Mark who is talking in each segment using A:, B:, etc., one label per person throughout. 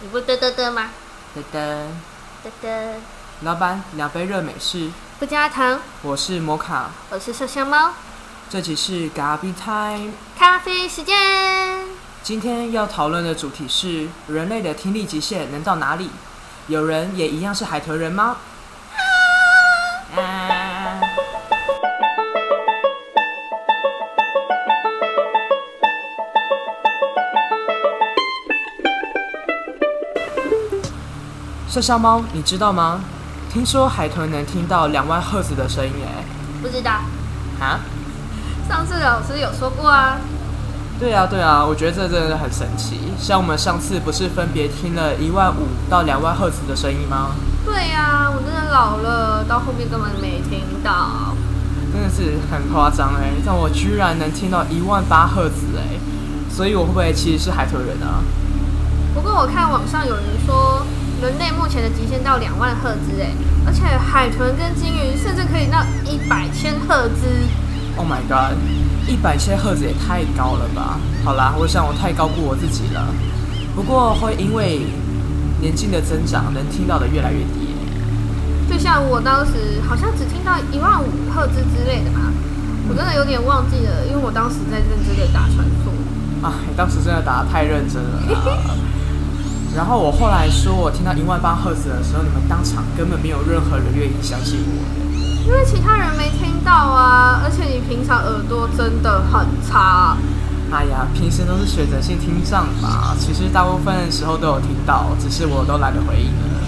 A: 你不嘚嘚嘚吗？
B: 噔噔，
A: 嘚嘚，
B: 老板，两杯热美式，
A: 不加糖。
B: 我是摩卡，
A: 我是麝香猫，
B: 这集是 Gabi Time。
A: 咖啡时间。
B: 今天要讨论的主题是人类的听力极限能到哪里？有人也一样是海豚人吗？麝香猫，你知道吗？听说海豚能听到两万赫兹的声音诶。
A: 不知道，
B: 啊？
A: 上次老师有说过啊。
B: 对啊，对啊，我觉得这真的很神奇。像我们上次不是分别听了一万五到两万赫兹的声音吗？
A: 对呀、我真的老了，到后面根本没听到。
B: 真的是很夸张哎！但我居然能听到一万八赫兹哎，所以我会不会其实是海豚人啊？
A: 不过我看网上有人说，人类目前的极限到两万赫兹哎，而且海豚跟鲸鱼甚至可以到一百千赫兹。
B: Oh my god，一百千赫兹也太高了吧！好啦，我想我太高估我自己了。不过会因为年纪的增长，能听到的越来越低。
A: 就像我当时好像只听到一万五赫兹之类的吧，我真的有点忘记了，因为我当时在认真的打传说。
B: 哎，当时真的打得太认真了啦。 然后我后来说我听到一万八赫兹的时候，你们当场根本没有任何人愿意相信我。
A: 因为其他人没听到啊，而且你平常耳朵真的很差。啊
B: 哎呀，平时都是选择性听障吧，其实大部分时候都有听到，只是我都懒得回应了。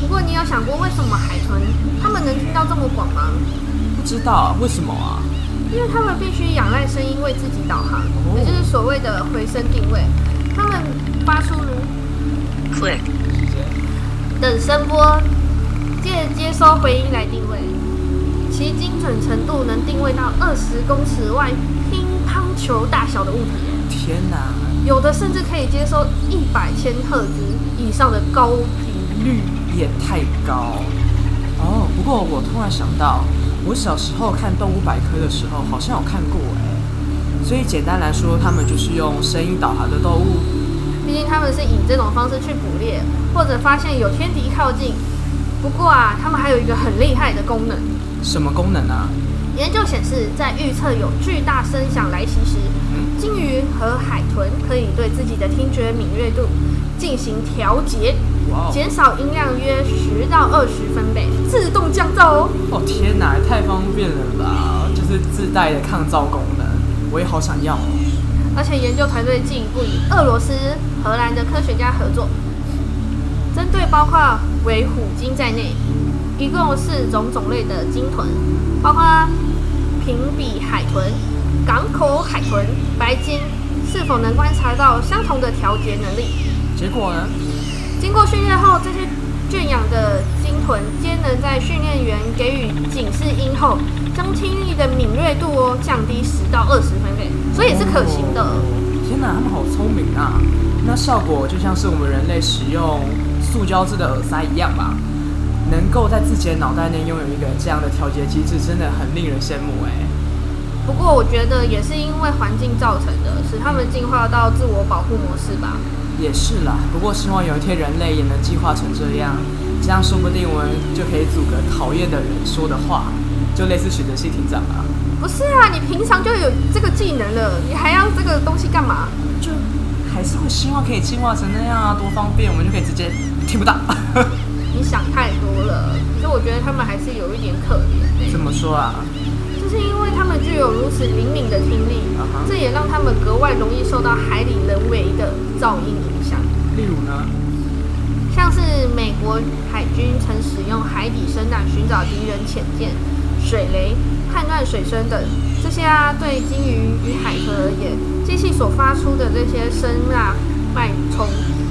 A: 不过你有想过为什么海豚它们能听到这么广吗？
B: 不知道为什么啊？
A: 因为它们必须仰赖声音为自己导航，也就是所谓的回声定位。它们发出如 click 等声波，借接收回音来定位，其精准程度能定位到二十公尺外乒乓球大小的物体耶。
B: 天哪！
A: 有的甚至可以接收一百千赫兹以上的高频率。
B: 也太高。哦，不过我突然想到，我小时候看《动物百科》的时候，好像有看过哎。所以简单来说，他们就是用声音导航的动物。
A: 毕竟他们是以这种方式去捕猎，或者发现有天敌靠近。不过啊，他们还有一个很厉害的功能。
B: 什么功能啊？
A: 研究显示，在预测有巨大声响来袭时，鲸鱼和海豚可以对自己的听觉敏锐度进行调节，
B: 哇哦！
A: 减少音量约十到二十分贝，自动降噪哦。
B: 哦天哪，也太方便了吧！就是自带的抗噪功能，我也好想要哦。
A: 而且研究团队进一步与俄罗斯、荷兰的科学家合作，针对包括为虎鲸在内，一共四种种类的鲸豚，包括平鼻海豚、港口海豚、白鲸，是否能观察到相同的调节能力。
B: 结果呢？
A: 经过训练后，这些圈养的鲸豚皆能在训练员给予警示音后，将听力的敏锐度哦降低十到二十分贝，所以是可行的。
B: 哦天哪，他们好聪明啊！那效果就像是我们人类使用塑胶制的耳塞一样吧？能够在自己的脑袋内拥有一个这样的调节机制，真的很令人羡慕哎、
A: 不过我觉得也是因为环境造成的，使他们进化到自我保护模式吧。
B: 也是啦，不过希望有一天人类也能进化成这样，这样说不定我们就可以阻隔讨厌的人说的话，就类似选择性庭长啊。
A: 不是啊，你平常就有这个技能了，你还要这个东西干嘛？
B: 就还是会希望可以进化成那样啊，多方便，我们就可以直接听不到。
A: 你想太多了。所以我觉得他们还是有一点可怜、欸，
B: 怎么说啊？
A: 就是因为他们具有如此灵敏的听力
B: 啊哈
A: 这也让他们格外容易受到海里人为的噪音影响。
B: 例如呢？
A: 像是美国海军曾使用海底声呐寻找敌人潜舰、水雷、判断水深等，这些啊对鲸鱼与海豚而言，机器所发出的这些声呐脉冲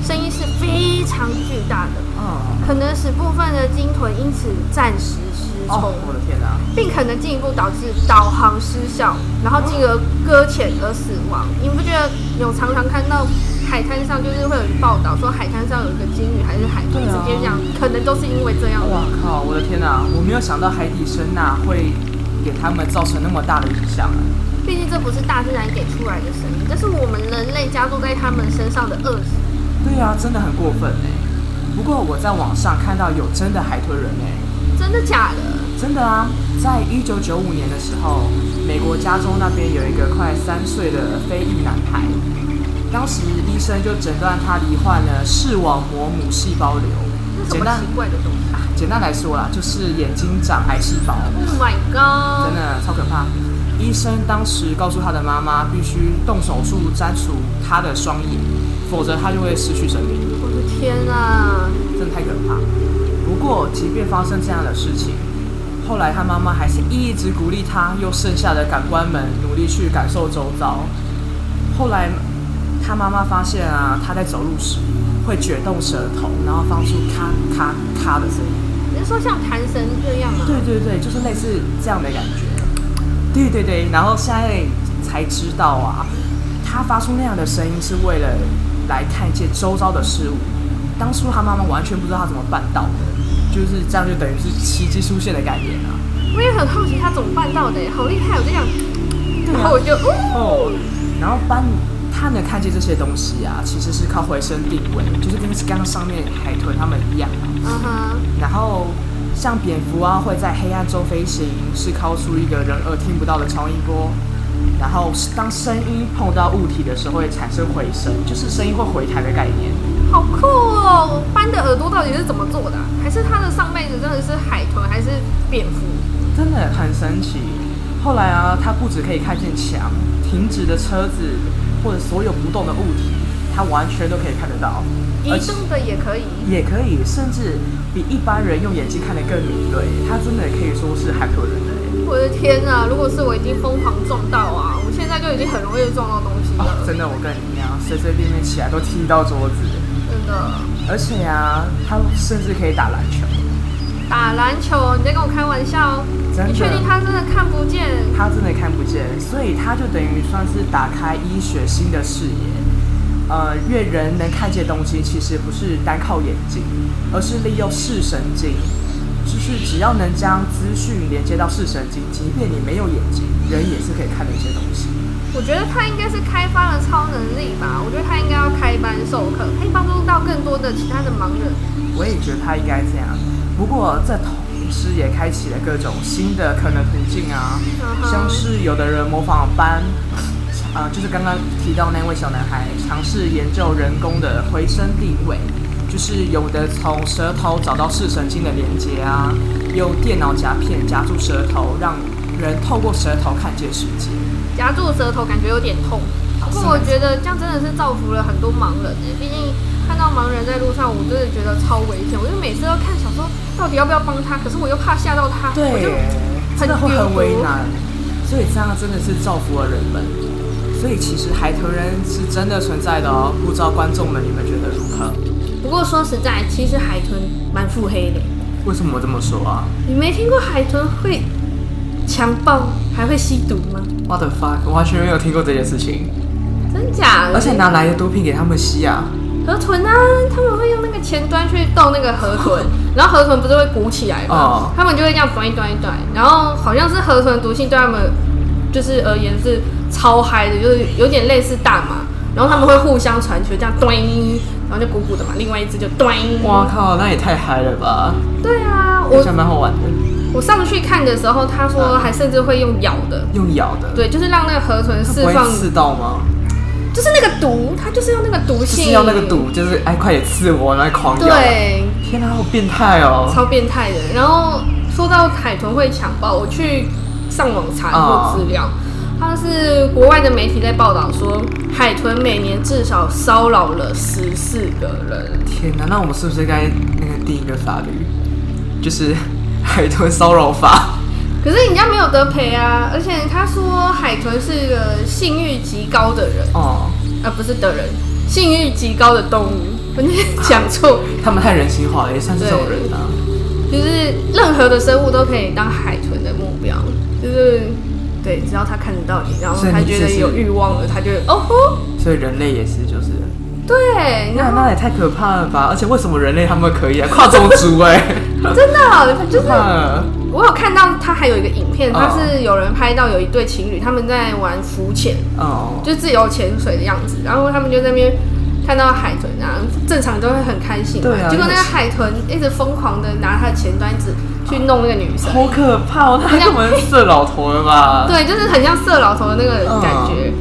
A: 声音是非常巨大的，
B: 嗯，
A: 可能使部分的鲸豚因此暂时失聪。
B: 哦，我的天哪、
A: 并可能进一步导致导航失效，然后进而搁浅而死亡。你不觉得有常常看到海滩上就是会有报道说海滩上有一个鲸鱼还是海豚
B: 对
A: 直
B: 啊
A: 接这样，可能都是因为这样
B: 哇
A: 吧。
B: 靠！我的天哪、我没有想到海底声呐会给他们造成那么大的影响、啊。
A: 毕竟这不是大自然给出来的声音，这是我们人类加注在他们身上的恶习。
B: 对啊，真的很过分哎、不过我在网上看到有真的海豚人哎、
A: 真的假的？
B: 真的啊，在一九九五年的时候，美国加州那边有一个快三岁的非裔男孩，当时医生就诊断他罹患了视网膜母细胞瘤。
A: 这是什
B: 简
A: 么
B: 单
A: 奇怪的东西啊
B: 简单来说啦，就是眼睛长癌细胞，
A: ？Oh my
B: 真
A: god！
B: 的超可怕。医生当时告诉他的妈妈，必须动手术摘除他的双眼，否则他就会失去生命。
A: 我的天啊！
B: 真的太可怕。不过，即便发生这样的事情，后来他妈妈还是一直鼓励他用剩下的感官们努力去感受周遭。后来，他妈妈发现啊，他在走路时会卷动舌头，然后放出咔咔咔的声音。
A: 你是说像弹神这样吗？
B: 对对对，就是类似这样的感觉。对对对，然后现在才知道啊，他发出那样的声音是为了来看见周遭的事物。当初他妈妈完全不知道他怎么办到的，就是这样，就等于是奇迹出现的概念啊。
A: 我也很好奇他怎么办到的，好厉害！我就想，
B: 对
A: 然
B: 啊
A: 后我就哦，
B: 哦，然后班他能看见这些东西啊，其实是靠回声定位，就是跟刚刚上面海豚他们一样啊。
A: 嗯哼，
B: 然后像蝙蝠啊，会在黑暗中飞行，是靠出一个人耳听不到的超音波。然后当声音碰到物体的时候，会产生回声，就是声音会回弹的概念。
A: 好酷哦！斑的耳朵到底是怎么做的啊、还是它的上辈子真的是海豚，还是蝙蝠？
B: 真的很神奇。后来啊，它不止可以看见墙、停止的车子或者所有不动的物体，它完全都可以看得到，而
A: 移
B: 且
A: 动的也可以，
B: 也可以，甚至比一般人用眼睛看得更敏锐。它真的可以说是海豚人类。
A: 我的天啊！如果是我已经疯狂撞到啊，我现在就已经很容易撞到东西了，
B: 哦，真的，我跟你一样，随随便便起来都踢到桌子，
A: 真的。
B: 而且啊，他甚至可以打篮球，
A: 打篮球，你在跟我开玩笑？
B: 真的
A: 你确定他真的看不见？
B: 他真的看不见，所以他就等于算是打开医学新的视野。呃，越人能看见东西，其实不是单靠眼睛，而是利用视神经，就是只要能将资讯连接到视神经，即便你没有眼睛，人也是可以看得一些东西。
A: 我觉得他应该是开发了超能力吧。我觉得他应该要开班授课，可以帮助到更多的其他的盲人。
B: 我也觉得他应该这样，不过这同时也开启了各种新的可能途径啊。
A: 嗯哼
B: 像是有的人模仿班，啊、就是刚刚提到那位小男孩尝试研究人工的回声定位，就是有的从舌头找到视神经的连接啊，用电脑夹片夹住舌头，让人透过舌头看见世界。
A: 夹住舌头感觉有点痛，
B: 哦
A: 不
B: 是
A: 过我
B: 吗
A: 觉得这样真的是造福了很多盲人诶、毕竟看到盲人在路上，我真的觉得超危险。我就每次都看，想说到底要不要帮他，可是我又怕吓到他，我就
B: 真的会
A: 很
B: 很为
A: 丢
B: 难，所以这样真的是造福了人们。所以其实海豚人是真的存在的哦，不知道观众们你们觉得如何？
A: 不过说实在，其实海豚蛮腹黑的。
B: 为什么我这么说啊
A: 你没听过海豚会强暴还会吸毒吗？
B: ？What the fuck！我完全没有听过这件事情，
A: 真假的？
B: 而且哪来的毒品给他们吸啊？
A: 河豚啊，他们会用那个前端去逗那个河 豚，然后河豚不是会鼓起来吗
B: 哦？
A: 他们就会这样转一转一转，然后好像是河豚毒性对他们就是而言是超嗨的，就是有点类似大麻，然后他们会互相传球，这样端，然后就鼓鼓的嘛，另外一只就端。
B: 哇靠，那也太嗨了吧！
A: 对啊，
B: 好
A: 我
B: 像蛮好玩的，
A: 我上去看的时候，他说还甚至会用咬的，
B: 用咬的，，
A: 对，就是让那个河豚释
B: 不
A: 放
B: 会刺到吗？
A: 就是那个毒，它就是用那个毒
B: 就
A: 性，
B: 是要那个，毒，就是哎，快点刺我，然后狂咬。，
A: 对，
B: 天哪，好变态哦！
A: 超变态的。然后说到海豚会强暴，我去上网查
B: 哦
A: 过资料，它是国外的媒体在报道说，海豚每年至少骚扰了十四个人。
B: 天哪，那我们是不是该那个定一个法律，就是 海豚骚扰法？
A: 可是人家没有得赔啊，而且他说海豚是一个性欲极高的人，
B: 哦，
A: 啊，不是的人，性欲极高的动物，我
B: 啊
A: 讲错。
B: 他们太人性化了，也算是这种人啊。
A: 就是任何的生物都可以当海豚的目标，就是对，只要他看得到你，然后
B: 所以你
A: 他觉得
B: 就是
A: 有欲望了，他就哦吼，
B: 所以人类也是，就是
A: 对，
B: 那
A: 然
B: 那
A: 后
B: 也太可怕了吧！而且为什么人类他们可以啊？跨种族哎、
A: 真的就是
B: 怕
A: 我有看到他还有一个影片，
B: 哦
A: 他是有人拍到有一对情侣他们在玩浮潜，
B: 哦，
A: 就自由潜水的样子，然后他们就在那边。看到海豚啊，正常都会很开心嘛。
B: 对啊
A: 结果那个
B: 那是
A: 海豚一直疯狂的拿它的前端子去弄那个女生，
B: 好可怕哦！他
A: 这样
B: 根本色老头了吧？
A: 对，就是很像色老头的那个感
B: 啊
A: 觉。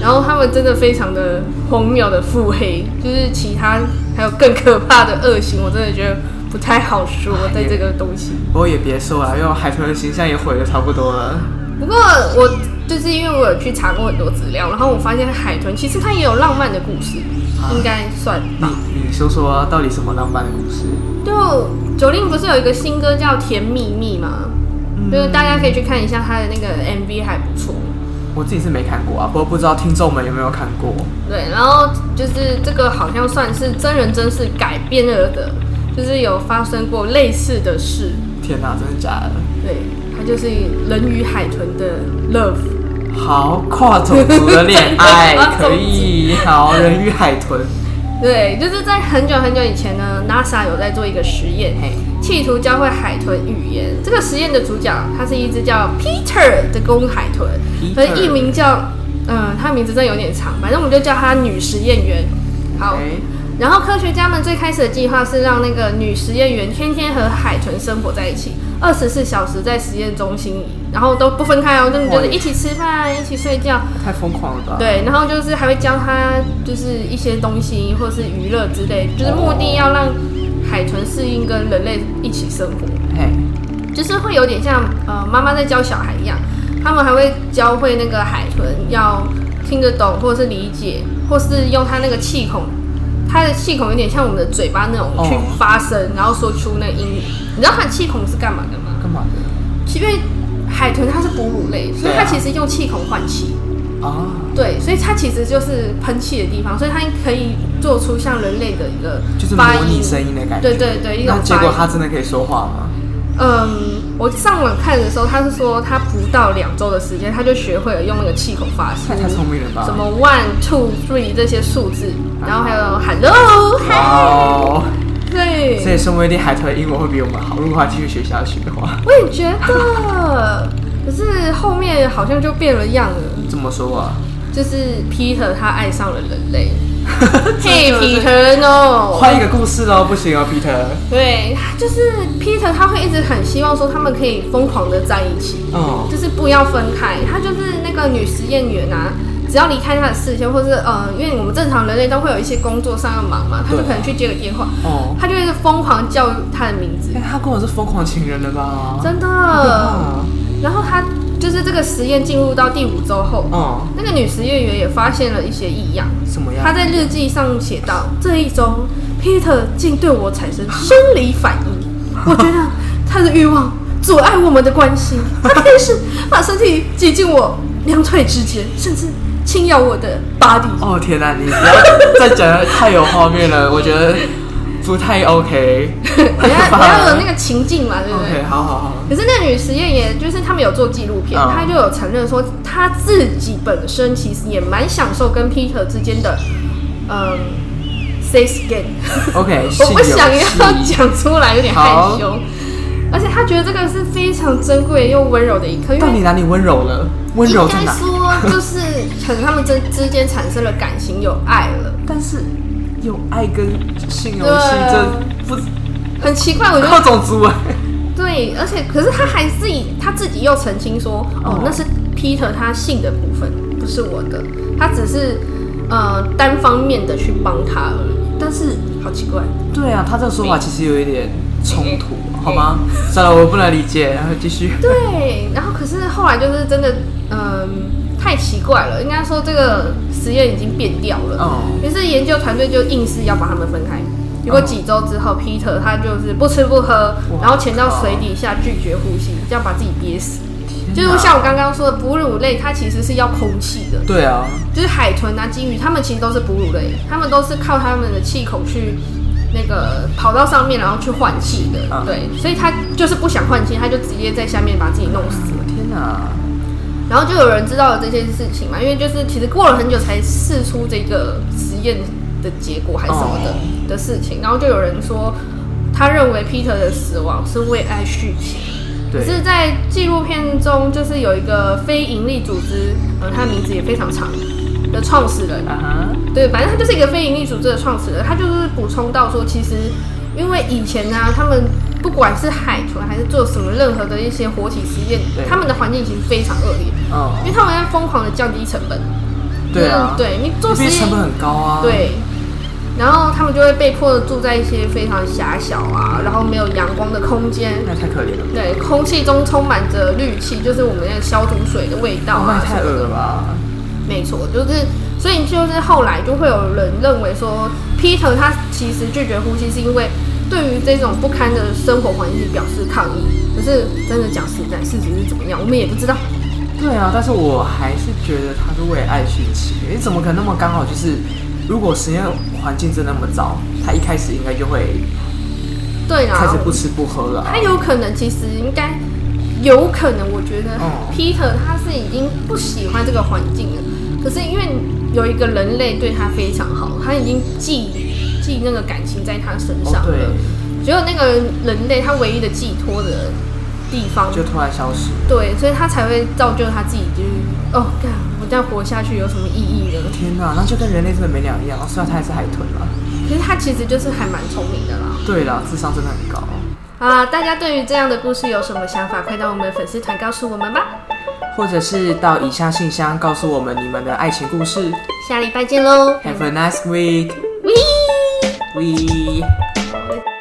A: 然后他们真的非常的荒谬的腹黑，就是其他还有更可怕的恶行，我真的觉得不太好说
B: 哎
A: 在这个东西。
B: 不过也别说啊了，因为海豚的形象也毁的差不多了。
A: 不过我就是因为我有去查过很多资料，然后我发现海豚其实它也有浪漫的故事，应该算吧。
B: 你你说说，到底什么浪漫的故事？
A: 就九令不是有一个新歌叫《甜蜜蜜》吗？就是大家可以去看一下他的那个 MV 还不错。
B: 我自己是没看过啊，不过不知道听众们有没有看过。
A: 对，然后就是这个好像算是真人真事改编了的，就是有发生过类似的事。
B: 天哪、真的假的？
A: 对，它就是人与海豚的 love。
B: 好跨种族的恋爱
A: 跨，种族
B: 可以。好，人与海 豚。
A: 对，就是在很久很久以前呢，NASA 有在做一个实验，
B: 嘿，
A: 企图教会海豚语言。这个实验的主角，它是一只叫 Peter 的公海豚，
B: Peter
A: 而艺名叫，嗯，它名字真的有点长，反正我们就叫它女实验员。好，
B: 哎
A: 然后科学家们最开始的计划是让那个女实验员天天和海豚生活在一起，二十四小时在实验中心，然后都不分开哦，他们就是一起吃饭、一起睡觉，
B: 太疯狂了吧？，
A: 对，然后就是还会教他就是一些东西或是娱乐之类，就是目
B: 哦
A: 的要让海豚适应跟人类一起生活，
B: 嘿，
A: 就是会有点像呃妈妈在教小孩一样，他们还会教会那个海豚要听得懂或是理解，或是用它那个气孔。它的气孔有点像我们的嘴巴那种去
B: 哦
A: 发声然后说出那个英语。你知道它的气孔是干嘛的吗？
B: 干嘛的？
A: 因为海豚它是哺乳类，所以
B: 对啊
A: 它其实用气孔换气。
B: 啊，
A: 对，所以它其实就是喷气的地方，所以它可以做出像人类的一个
B: 就是
A: 发
B: 模
A: 音
B: 拟。声音的感觉。
A: 对对对，一种
B: 那结
A: 发
B: 果
A: 音。
B: 他真的可以说话吗？
A: 嗯，我上网看的时候，他是说他不到两周的时间，他就学会了用那个气孔发出
B: 太太聪明了吧？
A: 什么 one two three 这些数字，然后还有 hello
B: 哇
A: hi，
B: 哦！所
A: 对，
B: 以说不定海豚的英文会比我们好，如果他继续学下去的 话。
A: 我也觉得，可是后面好像就变了样了。
B: 怎么说啊？
A: 就是 Peter 他爱上了人类， 嘿
B: 这个是
A: Peter no，
B: 换一个故事喽，不行哦，Peter。
A: 对，就是 Peter 他会一直很希望说他们可以疯狂的在一起，
B: 嗯，
A: 就是不要分开。他就是那个女实验员啊，只要离开他的视线，或是呃，因为我们正常人类都会有一些工作上要忙嘛，他就
B: 对啊
A: 可能去接个电话，
B: 哦，
A: 他就一直疯狂叫他的名字
B: 哎，，他跟我是疯狂情人了吧？啊
A: 真的。
B: 的。
A: 然后他就是这个实验进入到第五周后，
B: 嗯，
A: 那个女实验员也发现了一些异样。
B: 什么
A: 他
B: 样？
A: 在日记上写道：“这一周，Peter 竟对我产生生理反应，我觉得他的欲望阻碍我们的关 系。他开始把身体挤进我两腿之间，甚至轻咬我的 body。
B: 哦天哪，你不要再讲的太有画面了，我觉得不太 OK。
A: 你要你要有那个情境嘛，对不对
B: OK，好好好。
A: 可是那女实验员，就是他们有做纪录片，
B: 嗯
A: 她就有承认说，她自己本身其实也蛮享受跟 Peter 之间的，嗯，sex game。
B: OK，
A: 我不想
B: 性游
A: 要
B: 戏
A: 讲出来，有点害羞。而且他觉得这个是非常珍贵又温柔的一刻，因
B: 到底
A: 为
B: 哪里温柔了？温柔
A: 应
B: 在
A: 该
B: 哪？
A: 说就是可能他们之之间产生了感情，有爱了。
B: 但是有爱跟性游
A: 对
B: 戏
A: 啊，
B: 这不
A: 很奇怪，我觉
B: 跨
A: 得
B: 种族啊！
A: 对，而且可是他还自己他自己又澄清说，哦
B: 哦，
A: 那是 Peter 他性的部分，不是我的，他只是呃单方面的去帮他而已。但是好奇怪，
B: 对啊，他这个说法其实有一点冲突，好吗？算了，我不能理解，然后继续。
A: 对，然后可是后来就是真的，嗯，太奇怪了。应该说这个实验已经变调了，
B: 哦，
A: 于、是研究团队就硬是要把他们分开。结果几周之后，Peter 他就是不吃不喝，
B: 哦哇
A: 然后潜到水底下拒绝呼吸，这样把自己憋死。就
B: 天哪
A: 是像我刚刚说的，哺乳类它其实是要空气的，
B: 对啊，
A: 就是海豚啊、金鱼，它们其实都是哺乳类，它们都是靠它们的气孔去那个跑到上面，然后去换气的。
B: 嗯
A: 对，所以它就是不想换气，它就直接在下面把自己弄死了。
B: 天哪，
A: 然后就有人知道了这件事情嘛，因为就是其实过了很久才试出这个实验的结果还是什么的、
B: 哦
A: 的事情，然后就有人说，他认为 Peter 的死亡是为爱殉情。可
B: 对
A: 是，在纪录片中，就是有一个非营利组织，呃，它的名字也非常长，的创始人，
B: 啊哈，
A: 对，反正他就是一个非营利组织的创始人，他就是补充到说，其实因为以前呢、他们不管是海豚还是做什么任何的一些活体实验
B: 对，
A: 他们的环境其实非常恶劣，因
B: 嗯，
A: 为他们在疯狂的降低成本，
B: 对啊，
A: 就是对你做
B: 因
A: 实
B: 为
A: 验
B: 成本很高啊，，
A: 对，然后他们就会被迫地住在一些非常狭小啊，然后没有阳光的空间，
B: 那太可怜了，
A: 对，空气中充满着氯气，就是我们那个消毒水的味道
B: 哦那
A: 啊
B: 也太
A: 什
B: 恶
A: 么
B: 了
A: 的。
B: 吧，
A: 没错，就是，所以就是后来就会有人认为说，Peter 他其实拒绝呼吸是因为对于这种不堪的生活环境表示抗议。可是真的讲实在，事实是怎么样，我们也不知道。
B: 对啊，但是我还是觉得他是为爱殉情，你怎么可能那么刚好？就是如果实验环境真的那么糟，他一开始应该就会
A: 对
B: 开
A: 啦
B: 始，不吃不喝了啊、
A: 他有可能其实应该，有可能我觉得
B: 哦
A: Peter 他是已经不喜欢这个环境了，可是因为有一个人类对他非常好，他已经寄寄那个感情在他身
B: 哦
A: 上了。
B: 对，
A: 只有那个人类他唯一的寄托的地方，
B: 就突然消失。
A: 对，所以他才会造就他自己，就是哦，干，我这样活下去有什么意义呢？
B: 天哪，那就跟人类真的没两样。啊虽然他还是海豚啦，
A: 可是他其实就是还蛮聪明的啦。
B: 对啦，智商真的很高。
A: 啊，大家对于这样的故事有什么想法？快到我们粉丝团告诉我们吧。
B: 或者是到以下信箱告诉我们你们的爱情故事。
A: 下礼拜见喽，
B: Have a nice week,
A: 喂。
B: we.